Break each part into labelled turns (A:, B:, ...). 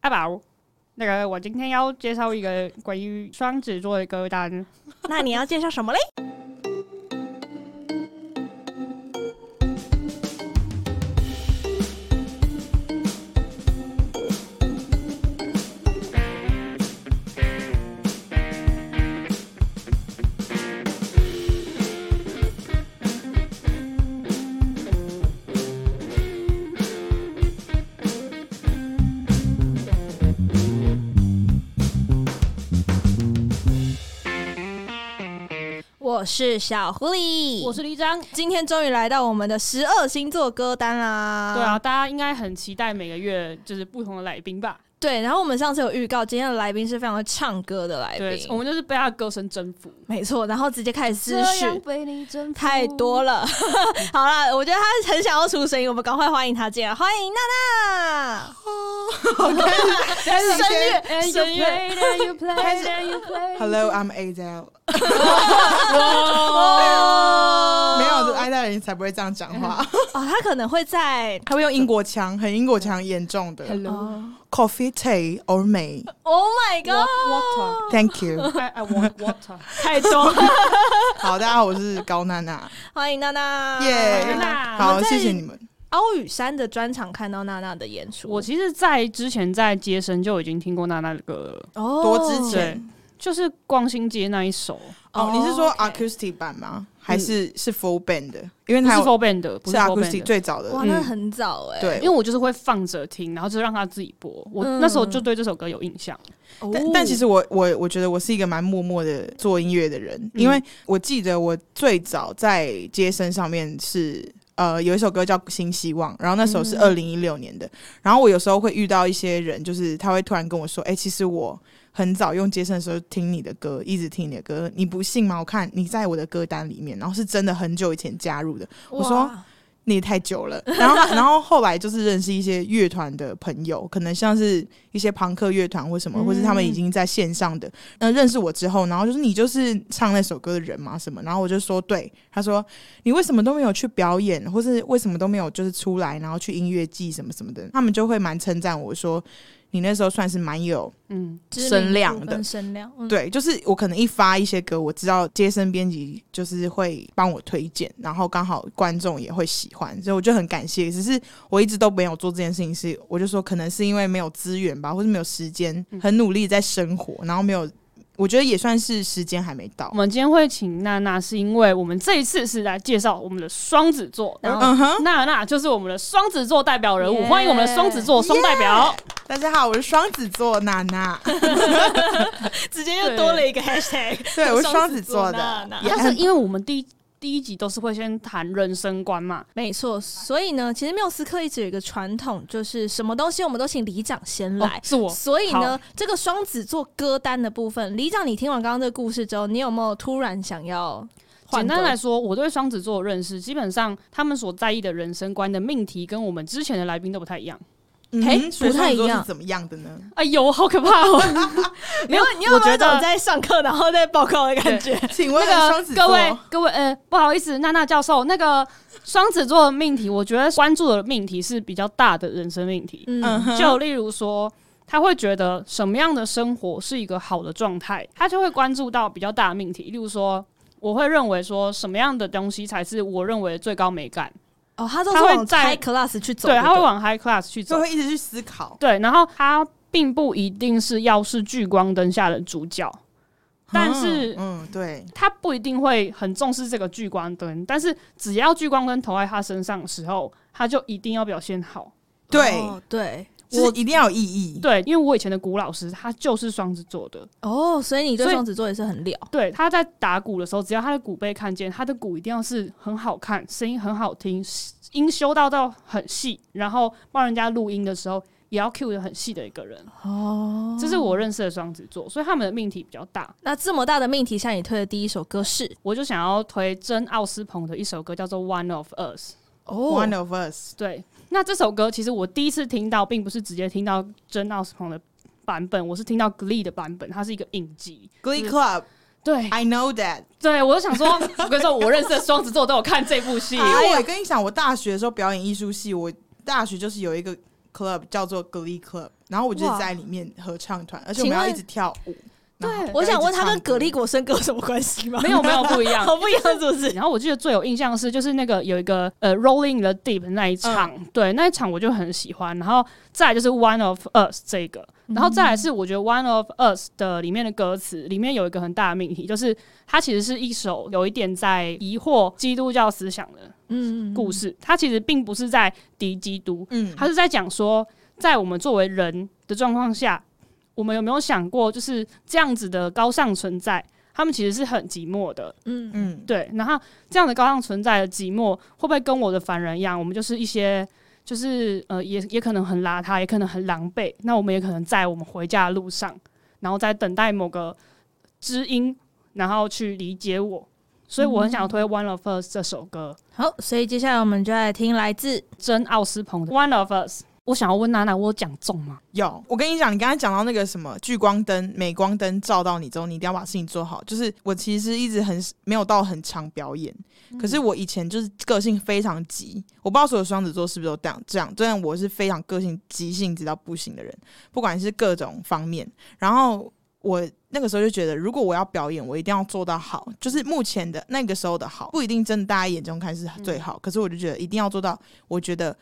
A: 阿宝，那个我今天要介绍一个关于双子座的歌单。
B: 那你要介绍什么嘞？我是小狐狸，
A: 我是李章。
B: 今天终于来到我们的十二星座歌单啦。
A: 对啊，，大家应该很期待每个月就是不同的来宾吧？
B: 对。然后我们上次有预告，今天的来宾是非常会唱歌的来
A: 对
B: 宾，，
A: 我们就是被他的歌声征服。
B: 没错。然后直接开始
C: 这
B: 资
C: 样
B: 讯，
C: 被你征服
B: 太多了。好啦，我觉得他很想要出声音，我们赶快欢迎他进来，欢迎娜娜。声乐声乐
C: You play, then you play.
D: Hello, I'm Adele。
B: 哦
D: 没有，爱戴人才不会这样讲话，
A: 嗯
B: 哦，他可能会在
D: 他会用英国腔，很英国腔，严重的。
A: Hello,
D: Coffee, tea or me?
B: Oh my
A: what
B: God，
A: water?
D: Thank you。
A: I I want water. 太多了，
D: 好，大家好，我是高娜娜，
B: 欢迎娜娜。
D: 耶
A: 娜娜
D: 好，
B: 我在
D: 谢谢你们。
B: 欧雨山的专场看到娜娜的演出，
A: 我其实，在之前在街声就已经听过娜娜的歌了，
B: 哦
D: 多之
A: 对
D: 前，
A: 就是光新街那一首，
D: 哦，你是说
B: OK
D: acoustic 版吗？还是是 full band 的？因为
A: 嗯不是
D: 它
A: f o r
D: 有
A: band 的，不
D: 是啊
A: 是 f o r band
D: acoustic
A: 的。
D: 最早的，
B: 哇，
A: 嗯
B: 那很早哎、
D: 对
A: 因为。我就是会放着听，然后就让他自己播。我那时候就对这首歌有印象。
B: 哦
D: 但但其实我我我觉得我是一个蛮默默的做音乐的人，
A: 嗯
D: 因为我记得我最早在街声上面是。呃，有一首歌叫《新希望》，然后那首是二零一六年的。然后我有时候会遇到一些人，就是他会突然跟我说：“哎、其实我很早用街声的时候听你的歌，一直听你的歌，你不信吗？我看你在我的歌单里面，然后是真的很久以前加入的。”我说
B: 哇
D: 你也太久了。 然后，然后后来就是认识一些乐团的朋友，可能像是一些朋克乐团或什么，或是他们已经在线上的。那认识我之后，然后就是你就是唱那首歌的人嘛，什么？然后我就说对，他说你为什么都没有去表演，或是为什么都没有就是出来，然后去音乐季什么什么的，他们就会蛮称赞我说。你那时候算是蛮有，
A: 嗯，
B: 知名度
D: 声量的
B: 跟声量，嗯，
D: 对，就是我可能一发一些歌，我知道接生编辑就是会帮我推荐，然后刚好观众也会喜欢，所以我就很感谢。只是我一直都没有做这件事情是，我就说可能是因为没有资源吧，或者没有时间，很努力在生活，然后没有，我觉得也算是时间还没到
A: 我。们今天会请娜娜，是因为我们这一次是来介绍我们的双子座，然后
D: 嗯哼，
A: 娜娜就是我们的双子座代表人物
B: Yeah
A: 欢迎我们的双子座双代表。
D: 大家好，我是双子座娜娜，
B: 直接又多了一个 hashtag，
D: 对我是双
B: 双
D: 子
B: 子
D: 座
B: 座
D: 的
B: 娜，娜
D: 也
A: 但是因为我们第一第一集都是会先谈人生观嘛，
B: 没错。所以呢，其实缪斯克一直有一个传统，就是什么东西我们都请里长先
A: 哦
B: 来。
A: 是我
B: 所以呢，这个双子座歌单的部分，里长，你听完刚刚这个故事之后，你有没有突然想要换
A: 简单
B: 歌
A: 来说，我对双子座的认识，基本上他们所在意的人生观的命题跟我们之前的来宾都不太一样。
D: 嗯
B: 哎
D: 所以
B: 不太
D: 双子座
B: 一样
D: 是怎么样的呢？
A: 哎呦，好可怕 哦！
B: 没有，你有
A: 我
B: 没有
A: 觉得
B: 种在上课然后在报告的感 觉？
D: 请问
A: 那
D: 双
A: 个
D: 子
A: 各位
D: 座，
A: 各位，呃，不好意思，娜娜教授，那个双子座的命题，我觉得关注的命题是比较大的人生命题，
D: 嗯
B: 嗯，
D: 哼，
A: 就例如说。他会觉得什么样的生活是一个好的状态，他就会关注到比较大的命题，例如说，我会认为说什么样的东西才是我认为的最高美感，
B: 哦，他都是
A: 他会
B: 往
A: 在
B: high class 去走，
A: 对，
B: 不
A: 他会往 high class 去走
D: 就，会一直去思考。
A: 对，然后他并不一定是要是聚光灯下的主角，但是哦
D: 嗯，嗯对，
A: 他不一定会很重视这个聚光灯，但是只要聚光灯投在他身上的时候，他就一定要表现好。
D: 对，
B: 哦对，
D: 就是一定要有意义。
A: 对，因为我以前的古老师他就是双子座的，
B: 哦，所以你
A: 所
B: 对
A: 以
B: 双子座也是很了。
A: 对，他在打鼓的时候，只要他的鼓被看见，他的鼓一定要是很好看，声音很好听，音修到到很细，然后帮人家录音的时候也要 cue 的很细的一个人。
B: 哦，
A: 这是我认识的双子座，所以他们的命题比较大。
B: 那这么大的命题下，你推的第一首歌是
A: 我就想要推真奥斯彭的一首歌，叫做《One of Us》。
B: 哦
D: One of us，
A: 对，那这首歌其实我第一次听到，并不是直接听到真奥斯彭的版本，我是听到 Glee 的版本，它是一个影集。
D: Glee Club，
A: 对，
D: I know that。
A: 对我就想 说，我跟你说，我认识的双子座都有看这部戏
D: 因。
B: 哎
D: 为啊我跟你讲，我大学的时候表演艺术系，我大学就是有一个 club 叫做 Glee Club，然后我就是
B: 哇
D: 在里面合唱团，而且我
B: 请
D: 们要
B: 问
D: 一直跳舞。然后
A: 对
B: 我想问他跟
D: 要一直唱
B: 蛤
D: 歌
B: 蜊果生歌有什么关系吗？
A: 没有没有不一样。
B: 好不一样，是不是？
A: 然后我记得最有印象的是，就是那个有一个呃《Rolling in the Deep》那一场，对那一场我就很喜欢。然后再来就是《One of Us》这个，然后再来是我觉得《One of Us》的里面的歌词里面有一个很大的命题，就是它其实是一首有一点在疑惑基督教思想的
B: 嗯
A: 故事，它其实并不是在敌基督，
D: 嗯，
A: 它是在讲说，在我们作为人的状况下，我们有没有想过，就是这样子的高尚存在，他们其实是很寂寞的。
B: 嗯嗯，
D: 嗯，
A: 对，然后这样的高尚存在的寂寞，会不会跟我的凡人一样，我们就是一些，就是呃，也也可能很邋遢，也可能很狼狈。那我们也可能在我们回家的路上，然后在等待某个知音，然后去理解我。所以我很想推《One of Us》这首歌，
B: 好，所以接下来我们就来听来自
A: 真奥斯彭的《One of Us》。我想要问娜娜，我有讲中吗？
D: 有。我跟你讲，你刚才讲到那个什么聚光灯、镁光灯照到你之后，你一定要把事情做好。就是我其实一直很没有到很常表演，可是我以前就是个性非常急，我不知道所有双子座是不是都这样这样，虽然我是非常个性急性子到不行的人，不管是各种方面，然后。我那个时候就觉得，如果我要表演，我一定要做到好，就是目前的那个时候的好，不一定真的大家眼中看是最好，可是我就觉得一定要做到，我觉得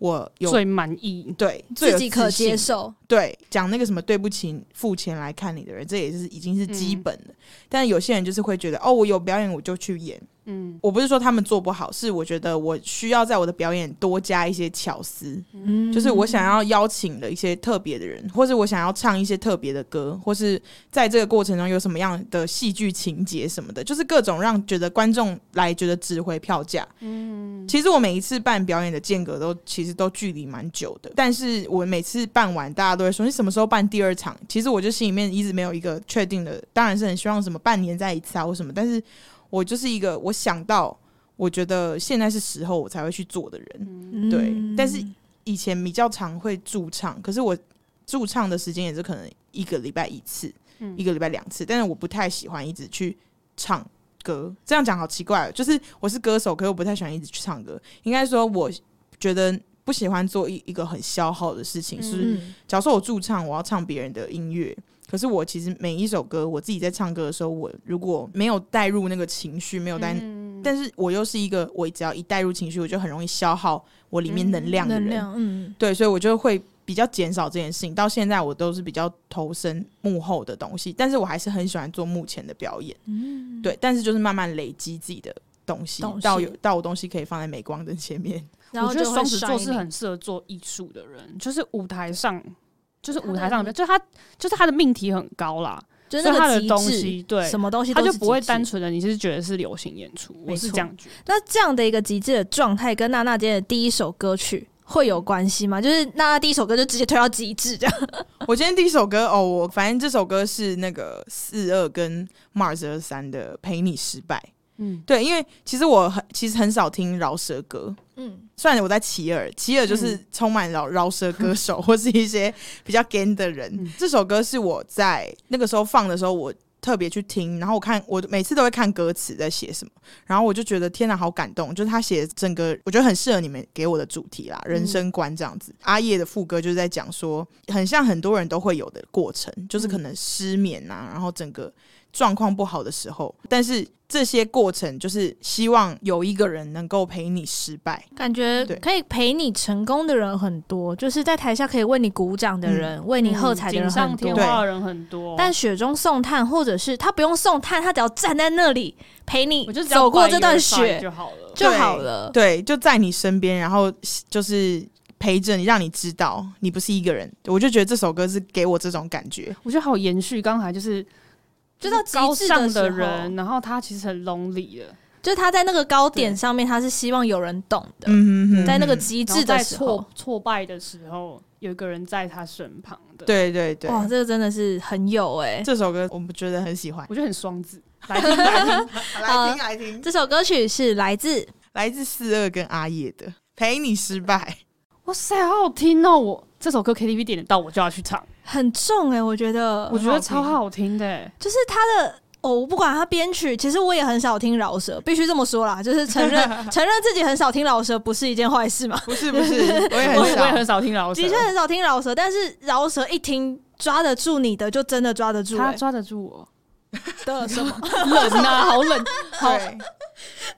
D: 我有
A: 最满意。
D: 对最有
B: 自己可
D: 自信
B: 接受，
D: 对，讲那个什么对不起，付钱来看你的人，这也是已经是基
A: 嗯
D: 本的。但有些人就是会觉得，哦，我有表演我就去演。
A: 嗯，
D: 我不是说他们做不好，是我觉得我需要在我的表演多加一些巧思，
B: 嗯，
D: 就是我想要邀请的一些特别的人，或是我想要唱一些特别的歌，或是在这个过程中有什么样的戏剧情节什么的，就是各种让觉得观众来觉得值回票价。嗯，其实我每一次办表演的间隔都其实都距离蛮久的，但是我每次办完，大家都会说你什么时候办第二场？其实我就心里面一直没有一个确定的，当然是很希望什么半年再一次啊或什么，但是我就是一个我想到。我觉得现在是时候，我才会去做的人。
B: 嗯
D: 对但是以前比较常会驻唱，可是我驻唱的时间也是可能一个礼拜一次，一个礼拜两次，但是我不太喜欢一直去唱歌。这样讲好奇怪哦，就是我是歌手，可是我不太喜欢一直去唱歌。应该说，我觉得不喜欢做一一个很消耗的事情。是，
B: 嗯
D: 假如说我驻唱，我要唱别人的音乐。可是我其实每一首歌，我自己在唱歌的时候，我如果没有带入那个情绪，没有带
A: 嗯
D: 但是我又是一个，我只要一带入情绪，我就很容易消耗我里面能量的
B: 能
D: 人。
B: 量，嗯
D: 对，所以我就会比较减少这件事情。到现在我都是比较投身幕后的东西，但是我还是很喜欢做幕前的表演。
B: 嗯，
D: 对，但是就是慢慢累积自己的东西，
B: 东西
D: 到有到我东西可以放在镁光灯前面。
B: 然后
A: 我觉得
B: 就会
A: 双子座
B: shining
A: 是很适合做艺术的人，就是舞台上，就是舞台上的，就他就是他的命题很高啦，
B: 就是
A: 所以
B: 那
A: 他
B: 个
A: 的
B: 极
A: 东
B: 致
A: 西，对，
B: 什么东西
A: 他
B: 都
A: 就是不会
B: 极致
A: 单纯的你是觉得是流行演出，我
B: 没
A: 是
B: 错欸
A: 这样觉得。
B: 那这样的一个极致的状态，跟娜娜今天的第一首歌曲会有关系吗？就是娜娜第一首歌就直接推到极致，这样。
D: 我今天第一首歌哦，我反正这首歌是那个四二跟 Mars 二三的《陪你失败》。
A: 嗯，
D: 对，因为其实我很其实很少听饶舌歌，
B: 嗯，
D: 虽然我在齐尔，齐尔就是充满饶饶舌歌手或是一些比较 gay 的人。
A: 嗯
D: 这首歌是我在那个时候放的时候，我特别去听，然后我看我每次都会看歌词在写什么，然后我就觉得天哪，好感动！就是他写整个，我觉得很适合你们给我的主题啦，人生观这样子。阿叶的副歌就是在讲说，很像很多人都会有的过程，就是可能失眠啊，然后整个状况不好的时候，但是这些过程就是希望有一个人能够陪你失败。
B: 感觉
D: 对
B: 可以陪你成功的人很多，就是在台下可以为你鼓掌的人、为你喝
A: 嗯
B: 彩的
A: 锦
B: 人很
A: 上添
B: 多。
A: 花的人很多，
B: 但雪中送炭，或者是他不用送炭，他只要站在那里陪你
A: 我就只要
B: 走过
A: 管
B: 这段
A: your side
B: 雪
A: 就好了。
B: 就
D: 对
B: 好了。
D: 对，就在你身边，然后就是陪着你，让你知道你不是一个人。我就觉得这首歌是给我这种感觉。
A: 我觉得好延续刚才就是。
B: 就到
A: 是高
B: 极致
A: 尚
B: 的时候
A: 人，然后他其实很 lonely 的，
B: 就是他在那个高点
A: 对
B: 上面，他是希望有人懂的。
D: 嗯哼哼
B: 在那个
D: 哼
B: 极
A: 然后
B: 致的
A: 在
B: 时候
A: 挫，挫败的时候，有一个人在他身旁的，，
D: 对对对，
B: 哇，这个真的是很有哎、
D: 这首歌我们觉得很喜 欢。
A: 我觉得很双子，
D: 来听来听来听来听，
B: 这首歌曲是来自
D: 来自四二跟阿叶的《陪你失败
A: 哇塞，好好听哦！我这首歌 KTV 点得到，我就要去唱，
B: 欸很重哎、我觉得，
A: 我觉得超好听的欸、
B: 就是它的哦，我不管他编曲，其实我也很少听饶舌，必须这么说啦，就是承认承认自己很少听饶舌不是一件坏事嘛。
D: 不是不是，我也
A: 我也
D: 很
A: 我也很
D: 少。
A: 少听饶舌
B: 的，确很少听饶舌，但是饶舌一听抓得住你的，就真的抓得住、
A: 他
B: 欸。
A: 抓得住我，
B: 的 什么？
A: 冷啊，好 冷，好
D: 对，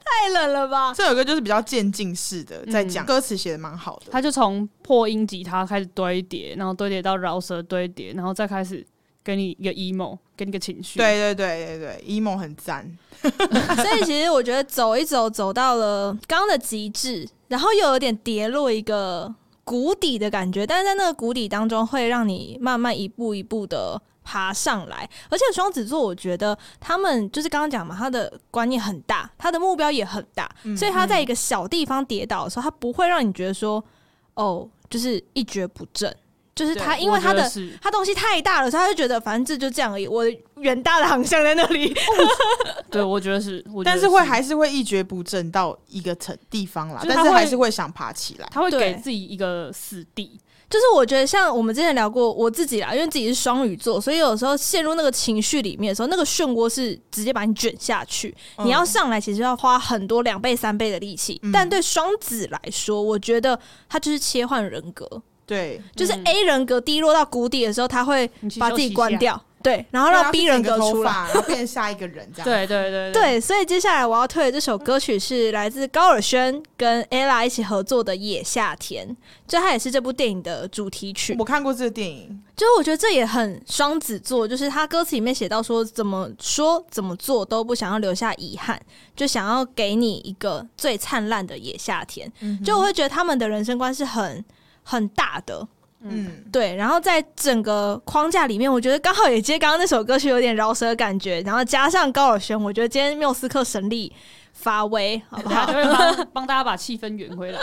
B: 太冷了吧？
D: 这首歌就是比较渐进式的，在讲、
A: 嗯
D: 歌词写的蛮好的。
A: 他就从破音吉他开始堆叠，然后堆叠到饶舌堆叠，然后再开始给你一个 emo，给你一个情绪。，
D: 对对对对对，emo 很赞，
B: 所以其实我觉得走一走，走到了刚刚的极致，然后又有点跌落一个谷底的感觉，但是在那个谷底当中，会让你慢慢一步一步的。爬上来，而且双子座，我觉得他们就是刚刚讲嘛，他的观念很大，他的目标也很大，
D: 嗯
B: 所以他在一个小地方跌倒的时候，他不会让你觉得说，哦，就是一蹶不振，就是他
D: 对
B: 因为他
A: 我觉
B: 的
A: 得是
B: 他东西太大了，所以他就觉得反正这就这样而已，我的远大的航向在那里，
A: 对，我觉得是，我觉得
D: 但是会还是会一蹶不振到一个层地方啦，
A: 就是他
D: 但是还
A: 会
D: 是会想爬起来。
A: 他会
B: 对
A: 给自己一个死地，
B: 就是我觉得像我们之前聊过我自己啦，因为自己是双鱼座，所以有时候陷入那个情绪里面的时候，那个漩涡是直接把你卷下去。你要
D: 嗯
B: 上来，其实要花很多两倍、三倍的力气。
D: 嗯
B: 但对双子来说，我觉得他就是切换人格，
D: 对，
B: 就是
A: 嗯
B: A 人格低落到谷底的时候，他会
A: 你去
B: 把
A: 休
B: 自己
A: 息一
B: 关
A: 下。
B: 掉，对，然
D: 啊
B: 后让 B 人格出来。
D: 然后变成下一个人这样。，
A: 对对对，
B: 对，所以接下来我要推的这首歌曲是来自高尔宣跟 ella 一起合作的《野夏天》，就它也是这部电影的主题曲。
D: 我看过这个电影，
B: 就是我觉得这也很双子座，就是他歌词里面写到说，怎么说怎么做都不想要留下遗憾，就想要给你一个最灿烂的野夏天。就我会觉得他们的人生观是很很大的，
D: 嗯，
B: 对。然后在整个框架里面，我觉得刚好也接刚刚那首歌曲有点饶舌的感觉，然后加上高尔宣，我觉得今天缪斯克神力发威，好不
A: 他
B: 好
A: 啊就？会帮帮大家把气氛圆回来。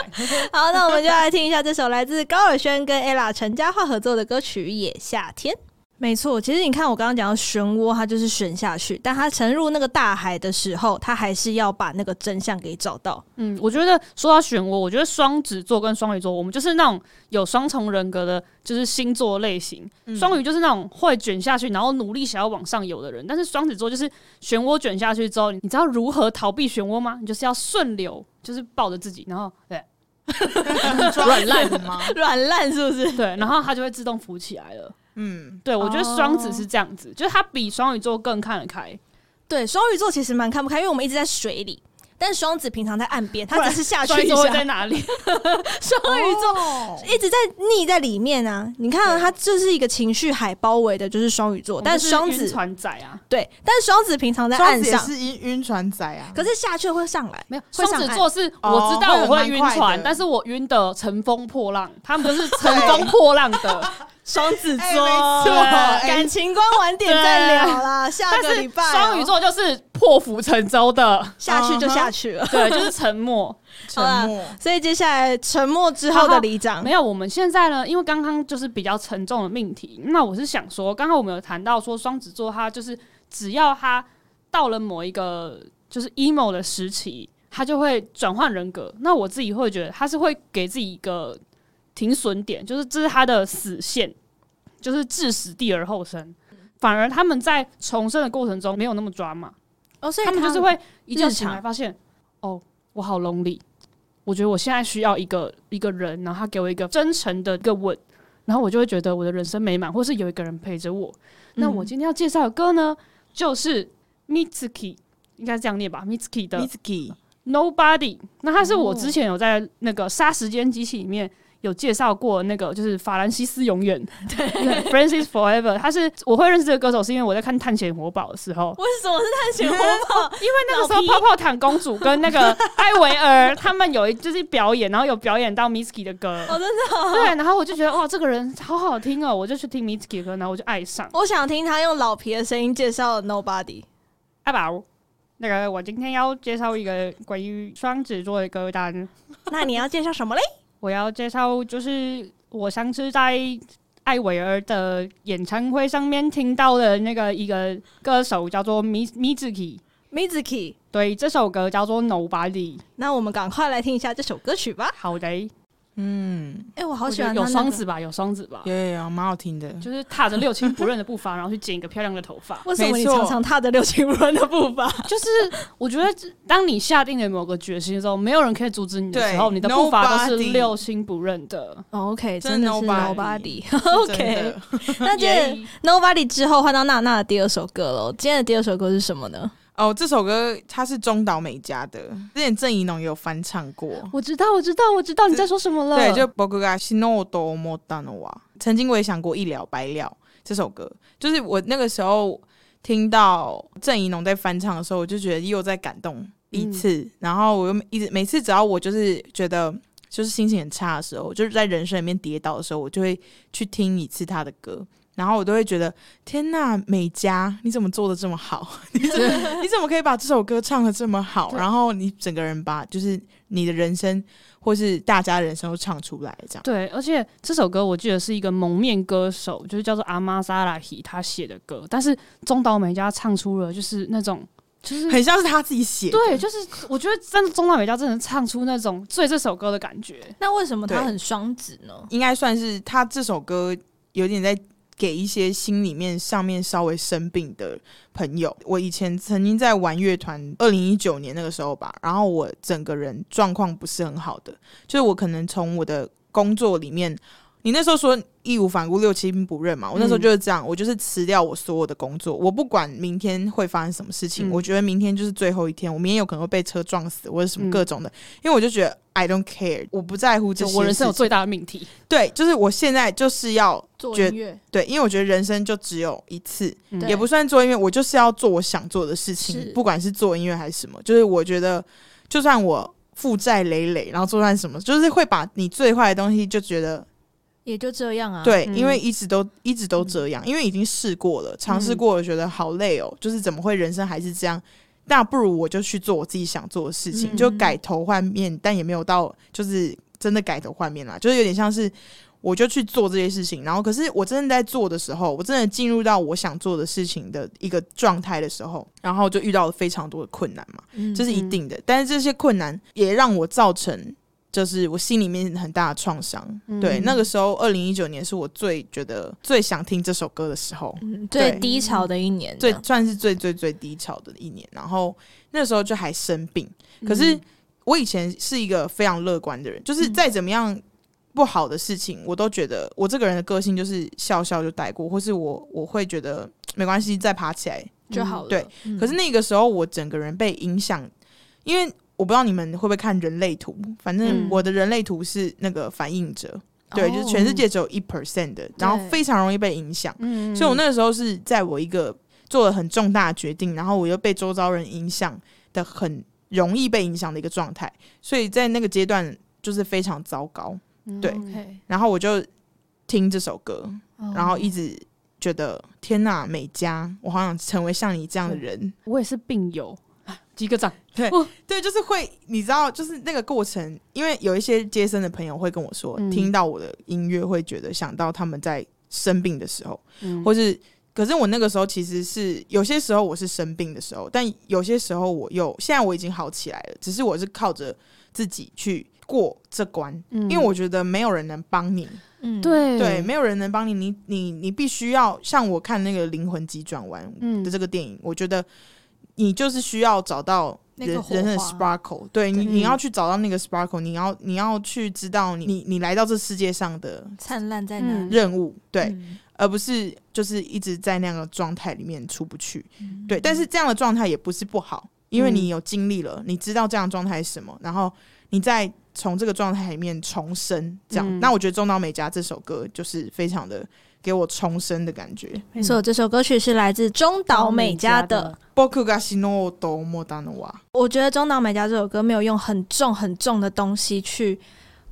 B: 好，那我们就来听一下这首来自高尔宣跟 ella 陈嘉桦合作的歌曲《野夏天》。没错，其实你看我刚刚讲到漩涡，它就是旋下去，但它沉入那个大海的时候，它还是要把那个真相给找到。
A: 嗯，我觉得说到漩涡，我觉得双子座跟双鱼座，我们就是那种有双重人格的，就是星座类型。
B: 嗯
A: 双鱼就是那种会卷下去，然后努力想要往上游的人，但是双子座就是漩涡卷下去之后，你知道如何逃避漩涡吗？你就是要顺流，就是抱着自己，然后对 软烂
D: 烂嗯吗？
B: 软烂是不是？
A: 对，然后它就会自动浮起来了。
D: 嗯，
A: 对，我觉得
B: 哦
A: 双子是这样子，就是它比双鱼座更看得开。
B: 对，双鱼座其实蛮看不开，因为我们一直在水里，但双子平常在岸边，它只是啊下去
A: 双鱼
B: 一
A: 座会在
B: 下。
A: 哪里？
B: 双鱼座
D: 座
B: 一直在溺在里面啊！你看、啊，
D: 对
B: 它就是一个情绪海包围的，哦就是双鱼座， 但
A: 是
B: 双
A: 晕
B: 子
A: 船仔啊，
B: 对，但双子平常在
D: 双
B: 岸
D: 子也
B: 上，
D: 是晕晕船仔啊。
B: 可是下去会上来，
A: 没有，
B: 会
A: 双
B: 上
A: 子
B: 岸
A: 座是
D: 哦
A: 我知道我
D: 会
A: 会
D: 很
A: 晕
D: 快
A: 船，
D: 的
A: 但是我晕的乘风破 浪，他们就是乘风破浪的
B: 双子
D: 哎没错哎
B: 呃感情观晚点再聊啦，下
A: 但
B: 个
A: 是
B: 礼拜哦，
A: 双鱼座就是破釜沉舟的
B: 下去就下去了。
A: 对，就是沉默。
D: 沉默，
B: 所以接下来沉默之后的里长
A: 没，有，我们现在呢，因为刚刚就是比较沉重的命题，那我是想说，刚刚我们有谈到说双子座，他就是只要他到了某一个就是 emo 的时期，他就会转换人格。那我自己会觉得他是会给自己一个停损点，就是这是他的死线，就是置死地而后生。反而他们在重生的过程中没有那么抓嘛，
B: 哦，所以
A: 他们就是会一觉
B: 日
A: 醒来
B: 常
A: 发现，哦，我好 lonely，我觉得我现在需要一个一个人，然后他给我一个真诚的一个吻，然后我就会觉得我的人生美满，或是有一个人陪着我。那我今天要介绍的歌呢，就是 Mitsuki，应该是这样念吧，Mitsuki 哦的
D: Mitsuki，
A: Nobody。那它是我之前有在那个《杀时间机器》里面有介绍过，那个就是法兰西斯永远， 对，Francis Forever。他是我会认识这个歌手，是因为我在看《探险活宝》的时候，
B: 为什么是探险活宝？
A: 因为那个时
B: 老
A: 候
B: 皮
A: 泡泡糖公主跟那个艾维儿他们有一就是表演，然后有表演到 Misky 的歌，
B: 哦，真的哦，
A: 对，然后我就觉得哇，这个人好好听哦，我就去听 Misky 的歌，然后我就爱上
B: 我想听他用老皮的声音介绍 Nobody。
A: 阿宝。那个，我今天要介绍一个关于双子座的歌单，
B: 那你要介绍什么嘞？
A: 我要介绍就是我上次在艾维儿的演唱会上面听到的那个一个歌手叫做 Mi Mizuki，
B: Mizuki。
A: 对，这首歌叫做 Nobody。
B: 那我们赶快来听一下这首歌曲吧。
A: 好的。
D: 嗯，
B: 哎、我好
A: 我
B: 喜
A: 觉得
B: 欢他
A: 有
B: 那
A: 双
B: 个
A: 子吧，有双子吧，
D: 有有有，蛮好听的。
A: 就是踏着六亲不认的步伐，然后去剪一个漂亮的头 发。
B: 为什么你
D: 没错
B: 常常踏着六亲不认的步伐？
A: 就是我觉得，当你下定了某个决心之后，没有人可以阻止你的时候，
D: 对
A: 你的步伐都是
D: nobody
A: 六亲不认的。
B: 哦 OK，
D: 真
B: 真的是
D: nobody
B: Nobody。
D: 是真的
B: OK，那接 着
A: Yeah
B: Nobody 之后换到娜娜的第二首歌了。今天的第二首歌是什么呢？
D: 哦，这首歌它是中岛美嘉的，之前郑怡农也有翻唱过。
A: 我知道，我知道，我知道你在说什么了。
D: 对，就僕が死のうと思ったのは，曾经我也想过一了百了这首歌，就是我那个时候听到郑怡农在翻唱的时候，我就觉得又在感动一次，
A: 嗯
D: 然后我又一直每次只要我就是觉得就是心情很差的时候，就是在人生里面跌倒的时候，我就会去听一次他的歌。然后我都会觉得，天呐，美嘉，你怎么做的这么好？ 你怎么你怎么可以把这首歌唱的这么好？
A: 对
D: 然后你整个人把就是你的人生或是大家人生都唱出来，这样。
A: 对，而且这首歌我记得是一个蒙面歌手，就是叫做阿妈萨拉希他写的歌，但是中岛美嘉唱出了就是那种就是
D: 很像是他自己写的，
A: 对，就是我觉得真的中岛美嘉真的唱出那种醉这首歌的感觉。
B: 那为什么它
D: 对
B: 很双子呢？
D: 应该算是他这首歌有点在给一些心里面上面稍微生病的朋友。我以前曾经在玩乐团，二零一九年那个时候吧，然后我整个人状况不是很好的，就是我可能从我的工作里面。你那时候说义无反顾、六亲不认嘛，我那时候
A: 嗯
D: 就是这样，我就是辞掉我所有的工作，我不管明天会发生什么事
A: 嗯
D: 情，我觉得明天就是最后一天，我明天有可能会被车撞死或者什么
A: 嗯
D: 各种的，因为我就觉得 I don't care，我不在乎这
A: 就
D: 些
A: 我人生有
D: 事情
A: 最大的命题，
D: 对，就是我现在就是要
B: 做
D: 觉
B: 音乐
D: 对，因为我觉得人生就只有一次，
A: 嗯
B: 对
D: 也不算做音乐，我就是要做我想做的事
B: 是
D: 情，不管是做音乐还是什么。就是我觉得，就算我负债累累，然后做算什么，就是会把你最坏的东西就觉得
B: 也就这样啊。，嗯
D: 对，
A: 嗯
D: 因为一直都一直都这样，因为已经试过了，尝试过了，觉得好累哦，就是怎么会人生还是这样？那不如我就去做我自己想做的事情，
B: 嗯
D: 就改头换面，但也没有到就是真的改头换面啦，就是有点像是。我就去做这些事情，然后可是我真的在做的时候，我真的进入到我想做的事情的一个状态的时候，然后就遇到了非常多的困难嘛。
B: 嗯
D: 这是一定的。但是这些困难也让我造成，就是我心里面很大的创伤。
A: 嗯
D: 对，那个时候，二零一九年是我最觉得最想听这首歌的时候，
B: 嗯最
D: 对
B: 低潮的一年。
D: 最算是最最最低潮的一年。然后那时候就还生病，
B: 嗯
D: 可
A: 嗯
D: 是我以前是一个非常乐观的人，就是
B: 嗯
D: 再怎么样。不好的事情，我都觉得我这个人的个性就是笑笑就带过，或是我我会觉得没关系，再爬起来
B: 就好了。
D: 对
B: 嗯，
D: 可是那个时候我整个人被影响，因为我不知道你们会不会看人类图，反正
A: 嗯
D: 我的人类图是那个反应者，对，就是全世界只有一 percent 的，然后
B: 对
D: 非常容易被影响，
A: 嗯
D: 所以我那个时候是在我一个做了很重大的决定，然后我又被周遭人影响的很容易被影响的一个状态，所以在那个阶段就是非常糟糕，
A: 嗯
D: 对
B: ，OK，
D: 然后我就听这首歌，
B: 哦
D: 嗯然后一直觉得天呐，美嘉，我好想成为像你这样的人。
A: 我也是病友，击个掌。
D: 对，就是会，你知道，就是那个过程，因为有一些接生的朋友会跟我说，
A: 嗯
D: 听到我的音乐会觉得想到他们在生病的时候，
A: 嗯
D: 或是，可是我那个时候其实是有些时候我是生病的时候，但有些时候我又现在我已经好起来了，只是我是靠着自己去过这关，
A: 嗯
D: 因为我觉得没有人能帮你，
B: 嗯，
A: 对
D: 对，没有人能帮你，你你你必须要像我看那个《灵魂急转弯》
A: 嗯
D: 的这个电影，我觉得你就是需要找到
B: 那
D: 人
B: 个火
D: 人的
B: 花
D: sparkle，对你
A: 对
D: 你
A: 嗯
D: 要去找到那个 sparkle，你要你要去知道你你你来到这世界上的
B: 灿烂在哪
A: 嗯
B: 里？
D: 任务，对，
B: 嗯，
D: 而不是就是一直在那样的状态里面出不去，
B: 嗯
D: 对，但是这样的状态也不是不好，因为
A: 嗯
D: 你有经历了，你知道这样的状态是什么，然后你再从这个状态里面重生，这样。
A: 嗯
D: 那我觉得《中岛美嘉》这首歌就是非常的给我重生的感觉。
B: 没错，这首歌曲是来自中岛美嘉的。
D: 僕が死のうと思ったのは
B: 我觉得中岛美嘉这首歌没有用很重很重的东西去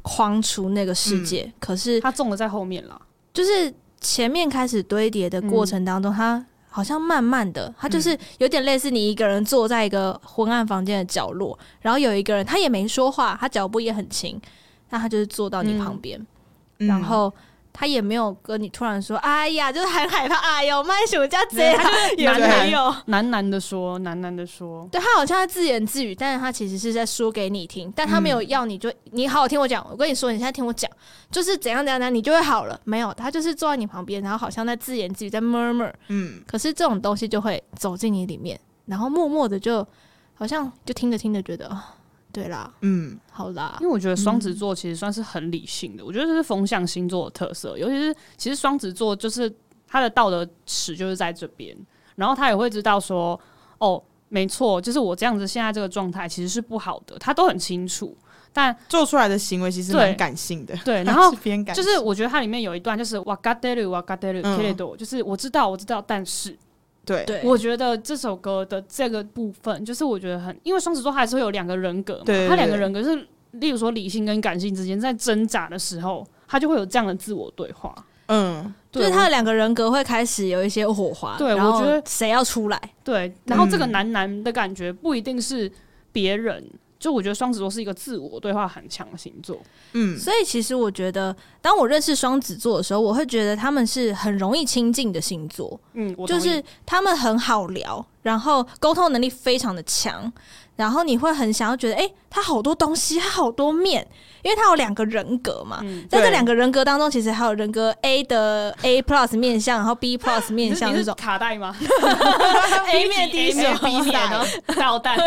B: 框出那个世界，
D: 嗯
B: 可是
A: 他中了在后面了，
B: 就是前面开始堆叠的过程当中，它好像慢慢的，它
D: 嗯
B: 就是有点类似你一个人坐在一个昏暗房间的角落，然后有一个人他也没说话，他脚步也很轻，那他就是坐到你旁边，
D: 嗯
B: 然后他也没有跟你突然说，哎呀，就是很害怕，哎呦，卖暑假这
A: 对
B: 样也
A: 男
D: 人
B: 没有。
A: 喃喃的说，喃喃的说，
B: 对他好像在自言自语，但是他其实是在说给你听，但他没有要你就、你好好听我讲，我跟你说，你现在听我讲，就是怎样怎样怎样，你就会好了。没有，他就是坐在你旁边，然后好像在自言自语，在 murmur。
D: 嗯，
B: 可是这种东西就会走进你里面，然后默默的就好像就听着听着觉得，哦对啦，
D: 嗯，
B: 好啦
A: 因，为我觉得双子座其实算是很理性的，我觉得这是风象星座的特色，尤其是其实双子座就是他的道德尺就是在这边，然后他也会知道说，哦，没错，就是我这样子现在这个状态其实是不好的，他都很清楚。但
D: 做出来的行为其实
A: 对
D: 蛮感性的，
A: 对，然后
D: 是偏感
A: 就
D: 性，
A: 是我觉得它里面有一段就是哇嘎德鲁哇嘎德鲁 k
D: 嗯
A: e d 就是我知道我知道，但是
D: 对
B: 对，
A: 我觉得这首歌的这个部分，就是我觉得很，因为双子座它还是会有两个人格嘛，
D: 对对
A: 他两个
D: 对
A: 人格是，例如说理性跟感性之间在挣扎的时候，他就会有这样的自我对话。
D: 嗯，
B: 就是
A: 对
B: 他的两个人格会开始有一些火花。
A: 对
B: 然后
A: 我觉得
B: 谁要出来，
A: 对，然后这个
D: 嗯
A: 男男的感觉不一定是别人，就我觉得双子座是一个自我对话很强的星座。
D: 嗯，
B: 所以其实我觉得，当我认识双子座的时候，我会觉得他们是很容易亲近的星座，
A: 嗯，我同
B: 就
A: 意
B: 是他们很好聊，然后沟通能力非常的强，然后你会很想要觉得，哎、他好多东西，他好多面，因为他有两个人格嘛。
A: 嗯，
B: 在这
D: 对
B: 两个人格当中，其实还有人格 A 的 A plus 面相，然后 B plus 面 相
A: 你
B: 这
A: 是
B: 种
A: 卡带 吗
B: A 面哦 D
A: 面
B: 手
A: B 面，然后导弹。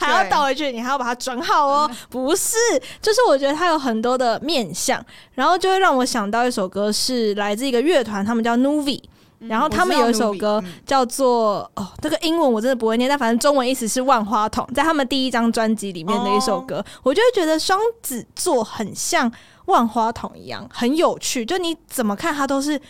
B: 还要
D: 对嗯
B: 倒回去，你还要把它转好哦。不是，就是我觉得它有很多的面向，然后就会让我想到一首歌是来自一个乐团，他们叫 Nuvi，然后
D: 嗯我
B: 他们
D: 知道
B: 有一首
D: Nuvi，
B: 歌
D: 嗯
B: 叫做哦，这个英文我真的不会念，但反正中文意思是万花筒，在他们第一张专辑里面的一首
D: 哦
B: 歌，我就会觉得双子座很像万花筒一样，很有趣，就你怎么看它都是，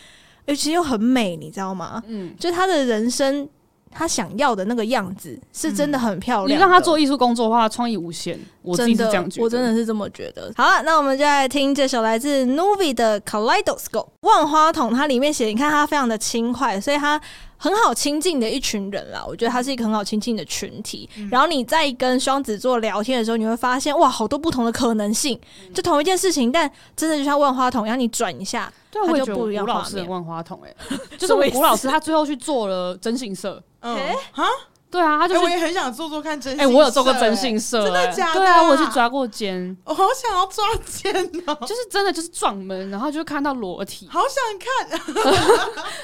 B: 而且又很美，你知道吗？
A: 嗯，
B: 就他的人生。他想要的那个样子是真
D: 嗯
B: 的很漂
A: 你
B: 亮的、
A: 让他做艺术工作的话，创意无限。我自己
B: 真
A: 是
B: 的，
A: 这样觉得，
B: 我真的是这么觉得。好啊了，那我们就来听这首来自 Novi 的《Kaleidoscope》万花筒，它里面写，你看它非常的轻快，所以它很好亲近的一群人啦。我觉得它是一个很好亲近的群体。
A: 嗯
B: 然后你在跟双子座聊天的时候，你会发现哇，好多不同的可能性，
A: 嗯
B: 就同一件事情，但真的就像万花筒一样，你转一下，
A: 对，啊
B: 它
A: 我也
B: 就
A: 觉得
B: 不
A: 我
B: 一样
A: 古老
B: 画
A: 师很
B: 面
A: 万花筒哎、就是
B: 什么
A: 我
B: 意
A: 古老师他最后去做了真性社，
D: 嗯
B: 诶
D: 哈，
A: 对啊，他就
D: 哎，
A: 是
D: 我也很想做做看真，
A: 哎、我有做过真，性社、
D: 欸真的
A: 哎
D: 假的
A: 对啊，我有去抓过奸，
D: 我好想要抓奸哦，
A: 就是真的就是撞门，然后就看到裸体，
D: 好想看，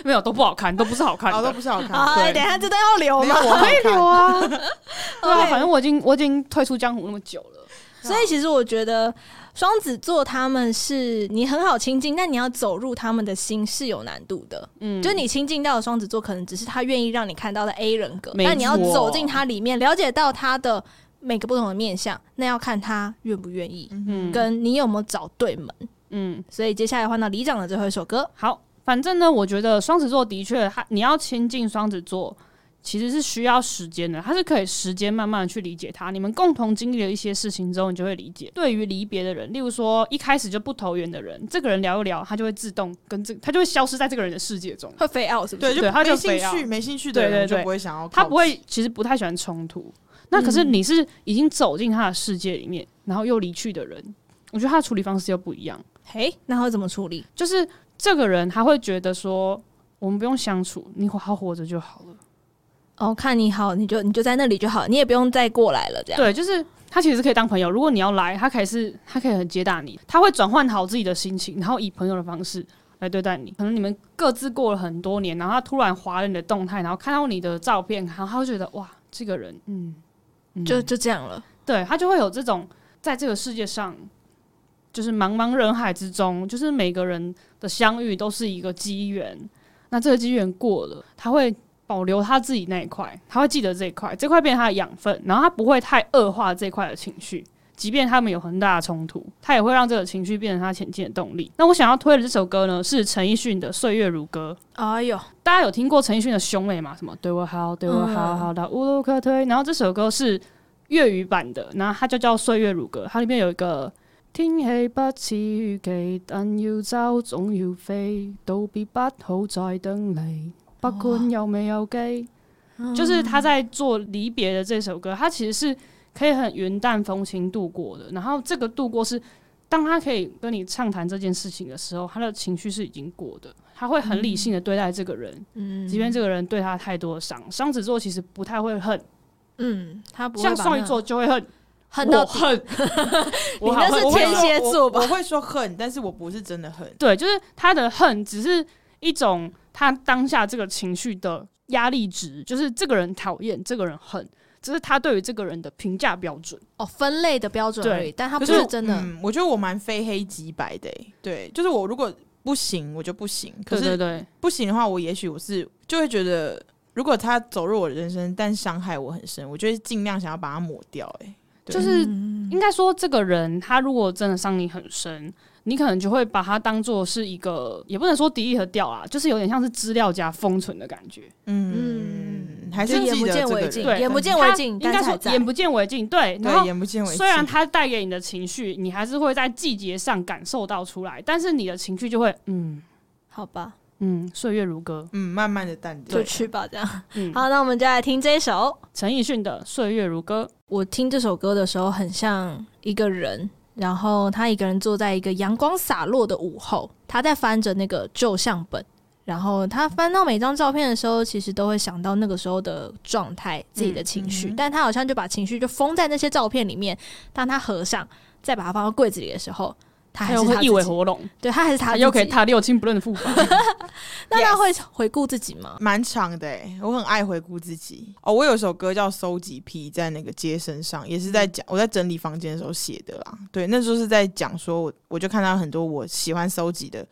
A: 没有都不好看，都不是好看
D: 好
A: 的
D: 哦 都。不是好看，
A: 啊
B: 好，哎
D: 对
B: 等一下这段要留
D: 没有
B: 吗？
D: 我可以
A: 有啊，对啊，
B: OK
A: 反正我已经我已经退出江湖那么久了，
B: 所以其实我觉得双子座他们是你很好亲近，但你要走入他们的心是有难度的。
A: 嗯，
B: 就你亲近到的双子座，可能只是他愿意让你看到的 A 人格，
A: 没错
B: 但你要走进他里面，了解到他的每个不同的面相，那要看他愿不愿意，
A: 嗯
B: 跟你有没有找对门。
A: 嗯。
B: 所以接下来换到李长的最后一首歌，
A: 好，反正呢，我觉得双子座的确，他你要亲近双子座，其实是需要时间的，他是可以时间慢慢的去理解他。你们共同经历了一些事情之后，你就会理解。对于离别的人，例如说一开始就不投缘的人，这个人聊一聊，他就会自动跟这，他就会消失在这个人的世界中。
B: 会飞 out 是不
D: 对，
B: 是？
D: 就
A: 对他就
D: 没
A: 非
D: 兴
A: 要
D: 趣，没兴趣的
A: 对对
D: 人就
A: 对
D: 不会想要靠近，
A: 他不会，其实不太喜欢冲突。那可是你是已经走进他的世界里面，然后又离去的人，我觉得他的处理方式又不一样。
B: 嘿，那会怎么处理？
A: 就是这个人他会觉得说，我们不用相处，你好好活着就好了。
B: 哦，看你好，你就你就在那里就好，你也不用再过来了，这样。
A: 对，就是他其实可以当朋友。如果你要来，他可以是他可以很接纳你，他会转换好自己的心情，然后以朋友的方式来对待你。可能你们各自过了很多年，然后他突然划了你的动态，然后看到你的照片，然后他会觉得哇，这个人，嗯，嗯
B: 就就这样了。
A: 对他就会有这种在这个世界上。就是茫茫人海之中，就是每个人的相遇都是一个机缘。那这个机缘过了，他会保留他自己那一块，他会记得这一块，这块变成他的养分，然后他不会太恶化这一块的情绪。即便他们有很大的冲突，他也会让这个情绪变成他前进的动力。那我想要推的这首歌呢，是陈奕迅的《岁月如歌》。
B: 哎呦，
A: 大家有听过陈奕迅的兄妹吗？什么对我好，对我好
B: 嗯
A: 好到无路可退。然后这首歌是粤语版的，然后它就叫《岁月如歌》，它里面有一个天氣不似預期，但要走總要飛，道別不好再等你，不管有未有機。就是他在做离别的这首歌，他其实是可以很云淡风轻度过的。然后这个度过是当他可以跟你畅谈这件事情的时候，他的情绪是已经过的，他会很理性的对待这个人，
B: 嗯
A: 即便这个人对他太多的伤。双子座其实不太会恨，
B: 嗯，他不会
A: 像
B: 把
A: 双
B: 那
A: 鱼座就会恨，
B: 恨
A: 我
B: 到底
A: 恨，我好
B: 你那
A: 恨
B: 是
A: 我会
B: 天
A: 恨
B: 蝎座吧
D: 我我会说恨，但是我不是真的恨。
A: 对，就是他的恨只是一种他当下这个情绪的压力值，就是这个人讨厌，这个人恨，这是他对于这个人的评价标准。
B: 哦分类的标准
A: 对
B: 而已，但他不
D: 可是
B: 是真的。
D: 嗯，我觉得我蛮非黑即白的、欸。对，就是我如果不行，我就不行。可
A: 对对
D: 是
A: 对，
D: 不行的话，我也许我是就会觉得，如果他走入我的人生，但伤害我很深，我就会尽量想要把它抹掉、欸。对
A: 就是
B: 嗯
A: 应该说，这个人他如果真的伤你很深，你可能就会把他当做是一个，也不能说 delete 掉啊，就是有点像是资料夹封存的感觉。
D: 嗯，还是
B: 就眼
D: 记
B: 不
D: 得
B: 见
D: 这个
B: 为
D: 人
B: 净，
A: 对
B: 眼不见
A: 他
B: 为净，
A: 应
B: 但
A: 该
B: 是还
A: 说
B: 在
A: 眼不见为净，对。然
D: 对，
A: 后
D: 眼不见为净。
A: 虽然它带给你的情绪，你还是会在季节上感受到出来，但是你的情绪就会嗯
B: 好吧，
A: 嗯岁月如歌，
D: 嗯，慢慢的淡
B: 就
D: 定。
B: 去吧，这样。
A: 嗯，
B: 好，那我们就来听这一首。
A: 陈奕迅的《岁月如歌》。
B: 我听这首歌的时候，很像一个人，然后他一个人坐在一个阳光洒落的午后，他在翻着那个旧相本，然后他翻到每张照片的时候，其实都会想到那个时候的状态、自己的情绪，
D: 嗯哼
B: 但他好像就把情绪就封在那些照片里面。当他合上，再把它放到柜子里的时候，他还
A: 又哎
B: 是
A: 会
B: 他
A: 一尾
B: 自己，
A: 活龙，
B: 对他还是他自
A: 他
B: 己，
A: 又可以踏六亲不认的 步伐。
B: 那他会回顾自己吗？
D: 蛮长的、欸，我很爱回顾自己。哦，我有首歌叫《收集癖》，在那个街身上，也是在讲我在整理房间的时候写的啦。对，那时候是在讲说我我就看到很多我喜欢收集的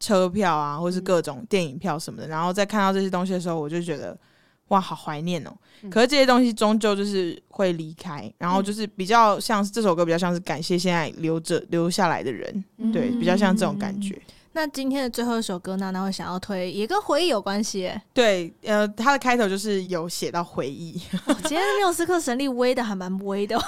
D: 车票啊，或是各种电影票什么的，然后再看到这些东西的时候，我就觉得哇，好怀念哦、可是这些东西终究就是会离开，然后就是比较像是这首歌，比较像是感谢现在留着留下来的人，对，比较像这种感觉。
B: 嗯那今天的最后一首歌，娜娜会想要推，也跟回忆有关系耶、
D: 对，呃，它的开头就是有写到回忆，
B: 我今天的缪斯克神力威的还蛮威 的哦，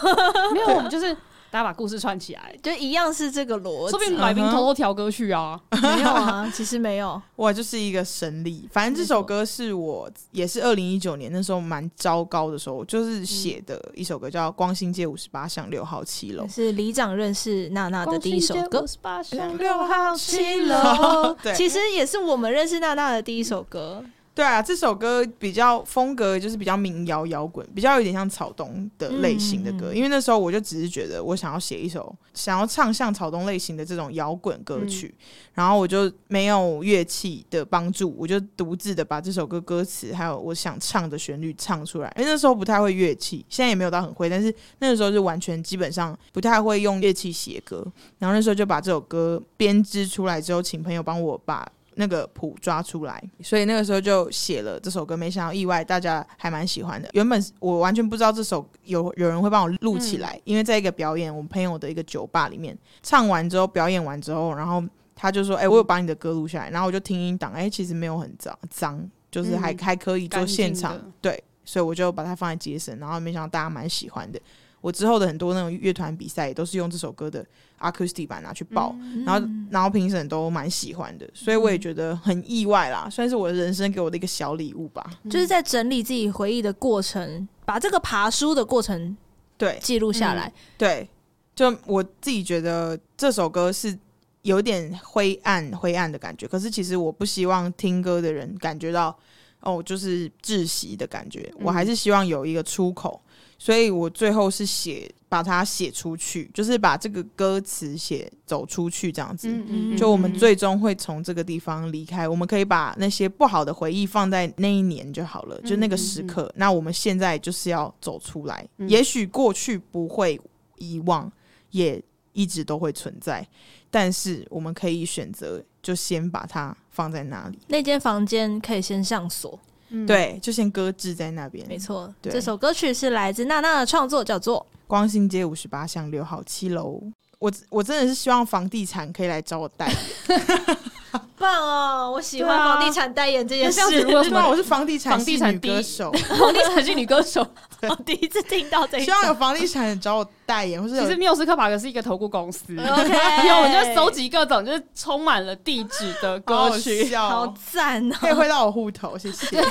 A: 没有，我们就是大家把故事串起来，
B: 就一样是这个逻
A: 说不定
B: 辑。
A: 来宾偷偷调歌曲啊。
B: 没有啊，其实没有。
D: 哇，就是一个神力。反
B: 嗯
D: 正这首歌是我也是二零一九年那时候蛮糟糕的时候，就是写的一首歌叫《光兴街五十八巷六号七楼》。
B: 是里长认识娜娜的第哦一首歌，
A: 八巷
D: 六号
B: 七楼
D: 对
B: 其实也是我们认识娜娜的第一首歌。
D: 对啊，这首歌比较风格就是比较民谣摇滚，比较有点像草东的类型的歌。
B: 嗯嗯嗯
D: 因为那时候我就只是觉得我想要写一首想要唱像草东类型的这种摇滚歌曲，
B: 嗯
D: 然后我就没有乐器的帮助，我就独自的把这首歌歌词还有我想唱的旋律唱出来。因为那时候不太会乐器，现在也没有到很会，但是那个时候是完全基本上不太会用乐器写歌。然后那时候就把这首歌编织出来之后，请朋友帮我把那个谱抓出来，所以那个时候就写了这首歌。没想到意外大家还蛮喜欢的。原本我完全不知道这首有有人会帮我录起来，因为在一个表演，我们朋友的一个酒吧里面唱完之后，表演完之后，然后他就说：“哎、我有把你的歌录下来。”然后我就听音档，哎、其实没有很脏脏，就是还、
A: 嗯
D: 还可以做现场
A: 干净的，
D: 对，所以我就把它放在街声，然后没想到大家蛮喜欢的。我之后的很多那种乐团比赛也都是用这首歌的 acoustic 版拿去报，
A: 嗯
D: 然后然后评审都蛮喜欢的，所以我也觉得很意外啦，算是我人生给我的一个小礼物吧。
B: 就是在整理自己回忆的过程，把这个爬书的过程
D: 对
B: 记录下来。
D: 对，就我自己觉得这首歌是有点灰暗灰暗的感觉，可是其实我不希望听歌的人感觉到哦，就是窒息的感觉，我还是希望有一个出口，所以我最后是写把它写出去，就是把这个歌词写走出去这样子。
B: 嗯
D: 就我们
A: 嗯
D: 最终会从这个地方离开，我们可以把那些不好的回忆放在那一年就好了，就那个时刻。那我们现在就是要走出来，
A: 嗯
D: 也许过去不会遗忘，也一直都会存在，但是我们可以选择就先把它放在那里，
B: 那间房间可以先上锁，
A: 嗯
D: 对，就先搁置在那边。
B: 没，错。
D: 对
B: 这首歌曲是来自娜娜的创作，叫做
D: 光兴街五十八巷六号七楼。我我真的是希望房地产可以来找我代言，
B: 《棒哦》，我喜
A: 对啊
B: 产代言这
A: 那这样子如果有什
D: 那我
A: 么
D: 是房地产
A: 房地
D: 系
A: 产
D: 女
A: 第
D: 歌
A: 一
D: 手，
A: 房地产系女歌手，
B: 我第一次听到这一
D: 希
B: 首。
D: 望 有房地产找我代言，或 是有
A: 其实缪斯克巴格是一个投顾公司。
B: OK，
A: 因为我们就搜集各种就是充满了地址的歌曲，
D: 好好笑
B: 好
D: 哦
B: 赞哦、
D: 可以汇到我户头，谢谢。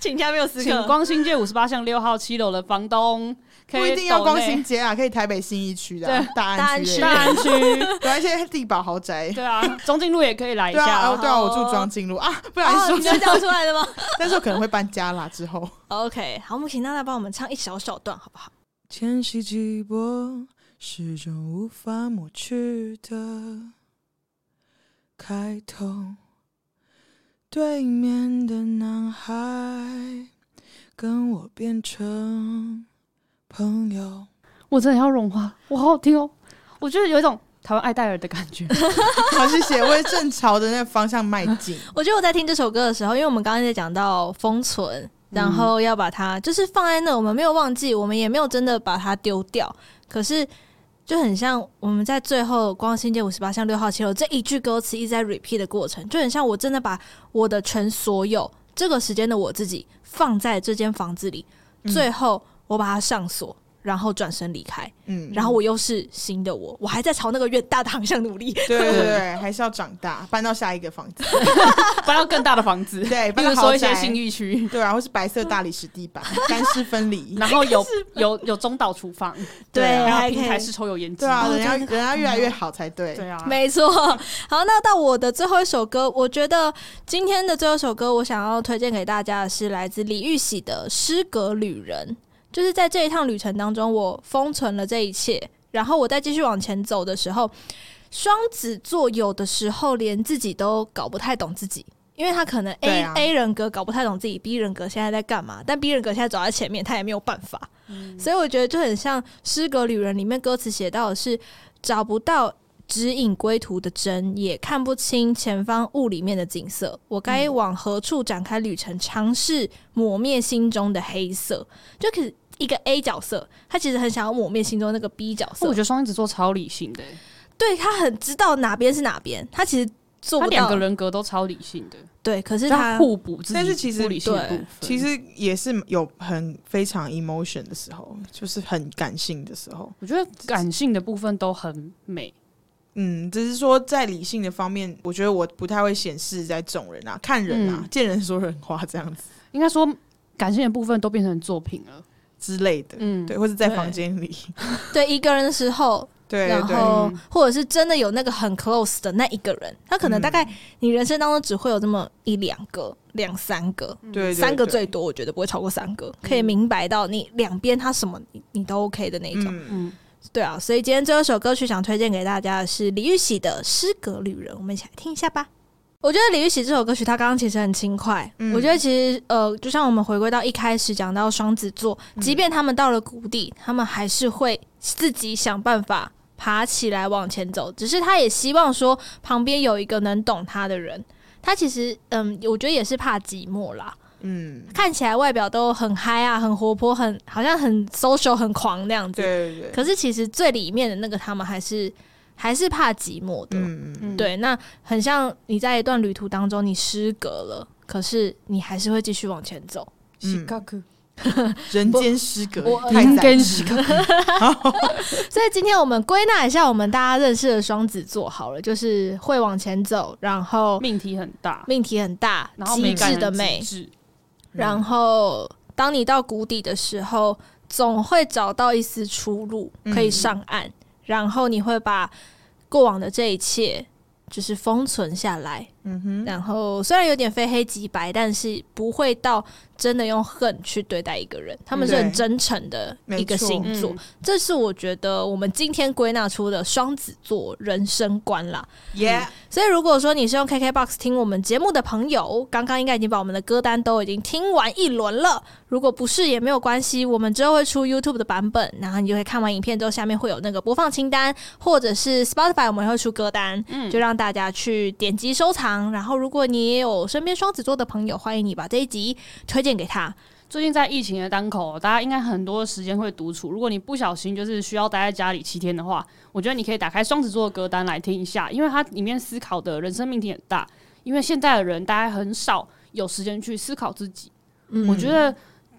B: 请假没有时
A: 请
B: 刻。
A: 光新街五十八巷六号七楼的房东， 可以
D: 不一定要光
A: 抖内
D: 新街啊，可以台北信义区的啊、大
B: 大
D: 安
B: 安
D: 区
B: 区
A: 大
D: 的，
A: 安区，
D: 对啊，一些地堡豪宅。
A: 对啊，中进路也可以来一
D: 对啊，啊
A: 下。哦
D: 对啊，我住庄敬路啊，不然
B: 哦，
D: 说
B: 你是讲出来的吗
D: 但是我可能会搬家啦。之后，
B: ？OK，好，我们请娜娜帮我们唱一小小段，好不好？
D: 前夕寂寞，始终无法抹去的开头。对面的男孩跟我变成朋友，
A: 我真的要融化，我好好听哦，我觉得有一种台湾爱戴尔的感 觉。
D: 好谢谢，我也正朝着那个方向迈进。
B: 我觉得我在听这首歌的时候，因为我们刚刚在讲到封存，然后要把它就是放在那，我们没有忘记，我们也没有真的把它丢掉，可是就很像我们在最后《光新街五十八巷六号七楼》这一句歌词一直在 repeat 的过程，就很像我真的把我的全所有这个时间的我自己放在这间房子里，
D: 嗯
B: 最后我把它上锁。然后转身离开，
D: 嗯，
B: 然后我又是新的我，我还在朝那个越大的航向努力。
D: 对对对，还是要长大，搬到下一个房子。
A: 搬到更大的房子，
D: 对
A: 比
D: 搬
A: 如
D: 到
A: 说
D: 豪宅
A: 一些新域区，
D: 对啊，或是白色大理石地 板，干湿分 离。
A: 然后有有有中岛厨房，
D: 对
B: 对，
A: 然后
B: 还
A: 平
B: 可以
A: 台式抽油烟机嗯
D: 对，啊，
B: 哦
D: 人家
B: 真的
D: 人家越来越好才对。
A: 对啊，
B: 没错，好，那到我的最后一首歌，我觉得今天的最后一首歌，我想要推荐给大家的是来自李玉玺的《诗歌旅人》。就是在这一趟旅程当中，我封存了这一切，然后我再继续往前走的时候，双子座有的时候连自己都搞不太懂自己，因为他可能 A、
D: 对啊
B: A 人格搞不太懂自己，B 人格现在在干嘛，但 B 人格现在走在前面，他也没有办法。所以我觉得就很像《诗歌旅人》里面歌词写到的是找不到指引归途的针，也看不清前方雾里面的景色。我该
A: 嗯
B: 往何处展开旅程？尝试抹灭心中的黑色。就可是一个 A 角色，他其实很想要抹灭心中那个 B 角色
A: 哦我觉，得双子座超理性的、欸，
B: 对他很知道哪边是哪边，他其实做
A: 他
B: 不
A: 两
B: 到
A: 个。人格都超理性的，
B: 对，可是
A: 就
B: 他
A: 他互补自己
D: 但是其实
A: 不理性的部
B: 对
A: 分。
D: 其实也是有很非常 emotion 的时候，就是很感性的时候。
A: 我觉得感性的部分都很美，
D: 嗯，只是说在理性的方面，我觉得我不太会显示在众人啊，看人啊，
A: 嗯
D: 见人说人话这样子
A: 应该说感性的部分都变成作品了。
D: 之类的。
A: 嗯，
D: 对，或者在
B: 对
D: 房间 里，
B: 对一个人的时候，
D: 对
B: 然
D: 对，
B: 后
A: 嗯
B: 或者是真的有那个很 close 的那一个人，他可能大概你人生当中只会有这么一两个、两三个、
D: 对对
B: 三个
D: 对嗯
B: 最多，我觉得不会超过三个，可以明白到你两边他什么你你都 OK 的那一种。
D: 嗯，
A: 嗯，
B: 对啊，所以今天最后一首歌曲想推荐给大家的是李玉玺的《诗格旅人》，我们一起来听一下吧。我觉得李玉玺这首歌曲，他刚刚其实很轻快。
D: 嗯
B: 我觉得其实呃，就像我们回归到一开始讲到双子座，
D: 嗯
B: 即便他们到了谷底，他们还是会自己想办法爬起来往前走。只是他也希望说旁边有一个能懂他的人。他其实嗯，我觉得也是怕寂寞啦。
D: 嗯，
B: 看起来外表都很嗨啊，很活泼，很好像很 social 很狂那样子。
D: 对对对，
B: 可是其实最里面的那个他们还是还是怕寂寞的，
D: 嗯嗯，
A: 嗯，
B: 对，那很像你在一段旅途当中你失格了，可是你还是会继续往前走。
D: 嗯
A: 克，
D: 人间失格
B: 我，
D: 太
A: 人
D: 赞
A: 间
D: 了
A: 失格，
B: 所以今天我们归纳一下我们大家认识的双子座好了，就是会往前走，然后
A: 命题很大，
B: 命题很大，
A: 然后
B: 极
A: 美感
B: 致的
A: 很
B: 美
A: 极，致
B: 然
D: 嗯
B: 后当你到谷底的时候，总会找到一丝出路，可
D: 嗯
B: 以上岸。然后你会把过往的这一切就是封存下来。
D: 嗯哼，
B: 然后虽然有点非黑即白，但是不会到真的用恨去对待一个人，他们是很
D: 嗯对
B: 真诚的一个
D: 没错
B: 星座。
A: 嗯
B: 这是我觉得我们今天归纳出的双子座人生观啦。
D: 耶，
B: 所以，如果说你是用 KKBOX 听我们节目的朋友，刚刚应该已经把我们的歌单都已经听完一轮了。如果不是也没有关系，我们之后会出 YouTube 的版本，然后你就会看完影片之后，下面会有那个播放清单，或者是 Spotify 我们会出歌单，就让大家去点击收藏。然后，如果你也有身边双子座的朋友，欢迎你把这一集推荐给他。
A: 最近在疫情的当口，大家应该很多时间会独处。如果你不小心就是需要待在家里七天的话，我觉得你可以打开双子座的歌单来听一下，因为它里面思考的人生命题很大。因为现在的人大家很少有时间去思考自己，
B: 嗯
A: 我觉得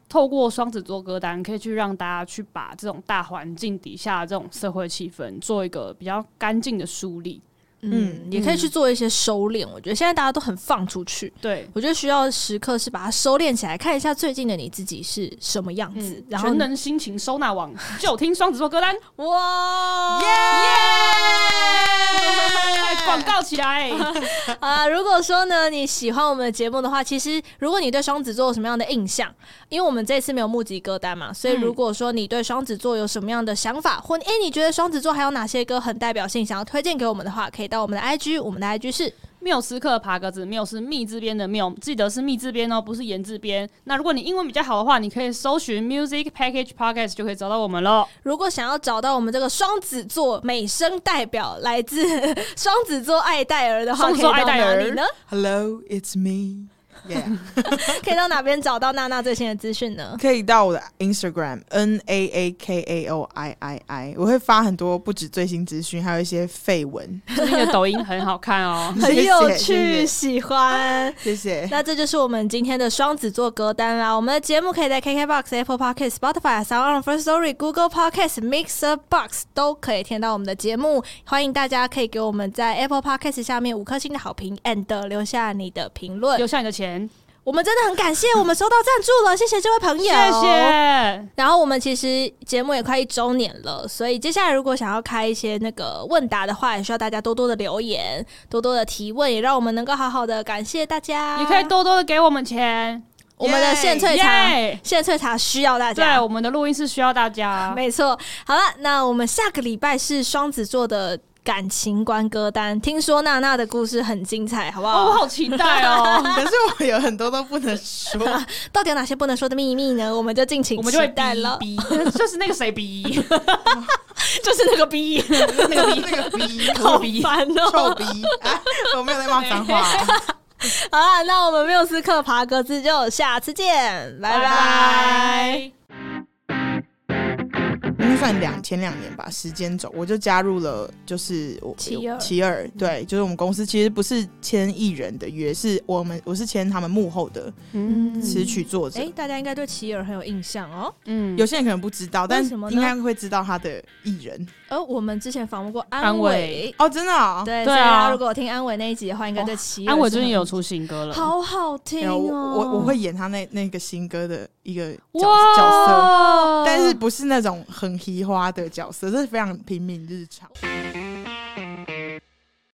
A: 透过双子座歌单，可以去让大家去把这种大环境底下的这种社会气氛做一个比较干净的梳理。
B: 嗯，也可以去做一些收敛。我觉得现在大家都很放出去，
A: 对，
B: 我觉得需要时刻是把它收敛起来，看一下最近的你自己是什么样子，然后
A: 全能心情收纳网，就听双子座歌单，
B: 哇耶！
A: 哎广告起来，
B: 啊，如果说呢你喜欢我们的节目的话，其实如果你对双子座有什么样的印象，因为我们这次没有募集歌单
A: 嗯
B: 嘛，所以如果说你对双子座有什么样的想法，或诶你觉得双子座还有哪些歌很代表性，想要推荐给我们的话，可以到我们的 IG，我们的 IG 是
A: 缪斯克爬格子，缪是密字边的缪，记得是密字边哦，不是言字边。那如果你英文比较好的话，你可以搜寻 Music Package Podcast 就可以找到我们喽。
B: 如果想要找到我们这个双子座美声代表，来自双子座爱戴尔的话，
A: 双
B: 可
A: 子
B: 以
A: 座
B: 到
A: 爱戴
B: 哪
A: 尔
B: 里呢？
D: Hello, it's me. Yeah，
B: 可以到哪边找到娜娜最新的资讯呢？
D: 可以到我的 Instagram N A A K A O I I I，我会发很多不止最新资讯，还有一些绯闻。
A: 最近的抖音很好看哦。
B: 很有
D: 谢
B: 趣，
D: 谢
B: 喜欢。
D: 谢谢。
B: 那这就是我们今天的双子座歌单啦。我们的节目可以在 KKBox、Apple Podcast、Spotify、Sound On、First Story、Google Podcast、Mixer Box 都可以听到我们的节目。欢迎大家可以给我们在 Apple Podcast 下面五颗星的好评，and 留下你的评论
A: 留。下你的钱，
B: 我们真的很感谢我们收到赞助了，谢谢这位朋友，
A: 谢谢。
B: 然后我们其实节目也快一周年了，所以接下来如果想要开一些那个问答的话，也需要大家多多的留言，多多的提问，也让我们能够好好的感谢大 家。
A: 也可以多多的给我们钱，
B: 我们的现萃茶，
A: 耶！
B: 现萃茶需要大
A: 对，
B: 家。
A: 我们的录音室需要大家。
B: 没错，好了，那我们下个礼拜是双子座的感情观歌单，听说娜娜的故事很精彩，好不
A: 哦，我
B: 好？
A: 好期待 哦！
D: 可是我有很多都不能说，
B: 到底有哪些不能说的秘密呢？我们就敬请
A: 我们就会
B: 期待了，
A: 逼，逼就是那个谁逼，
B: 就是那个 逼，
D: 那个逼，那个逼，
B: 好烦哦、
D: 臭逼！啊， 我没有在骂脏话。啊
B: 好啦，那我们缪斯克爬格子就下次见， 拜拜。
A: 拜。
D: 应该算两前两年吧，时间轴，我就加入了，就是我
B: 七二嗯
D: 七二，对，就是我们公司其实不是签艺人的约，是我们我是签他们幕后的
A: 嗯
D: 词曲作者。
B: 哎、大家应该对齐尔很有印象哦。
A: 嗯
D: 有些人可能不知道，但
B: 为什么呢
D: 应该会知道他的艺人
B: 而呃我们之前访问过
A: 安
B: 安
A: 伟
B: 伟，
D: 哦，真的啊、
B: 对，
A: 对
B: 所以
A: 啊
B: 大家如果有听安伟那一集的话，应该对齐尔、
A: 安伟最近有，出新歌了，哎
B: 好好听
D: 然后
B: 哦。
D: 我我我会演他那那个新歌的一个角
A: 哇
D: 角色，
A: 哦
D: 但是不是那种很奇花的角色，是非常平民日常。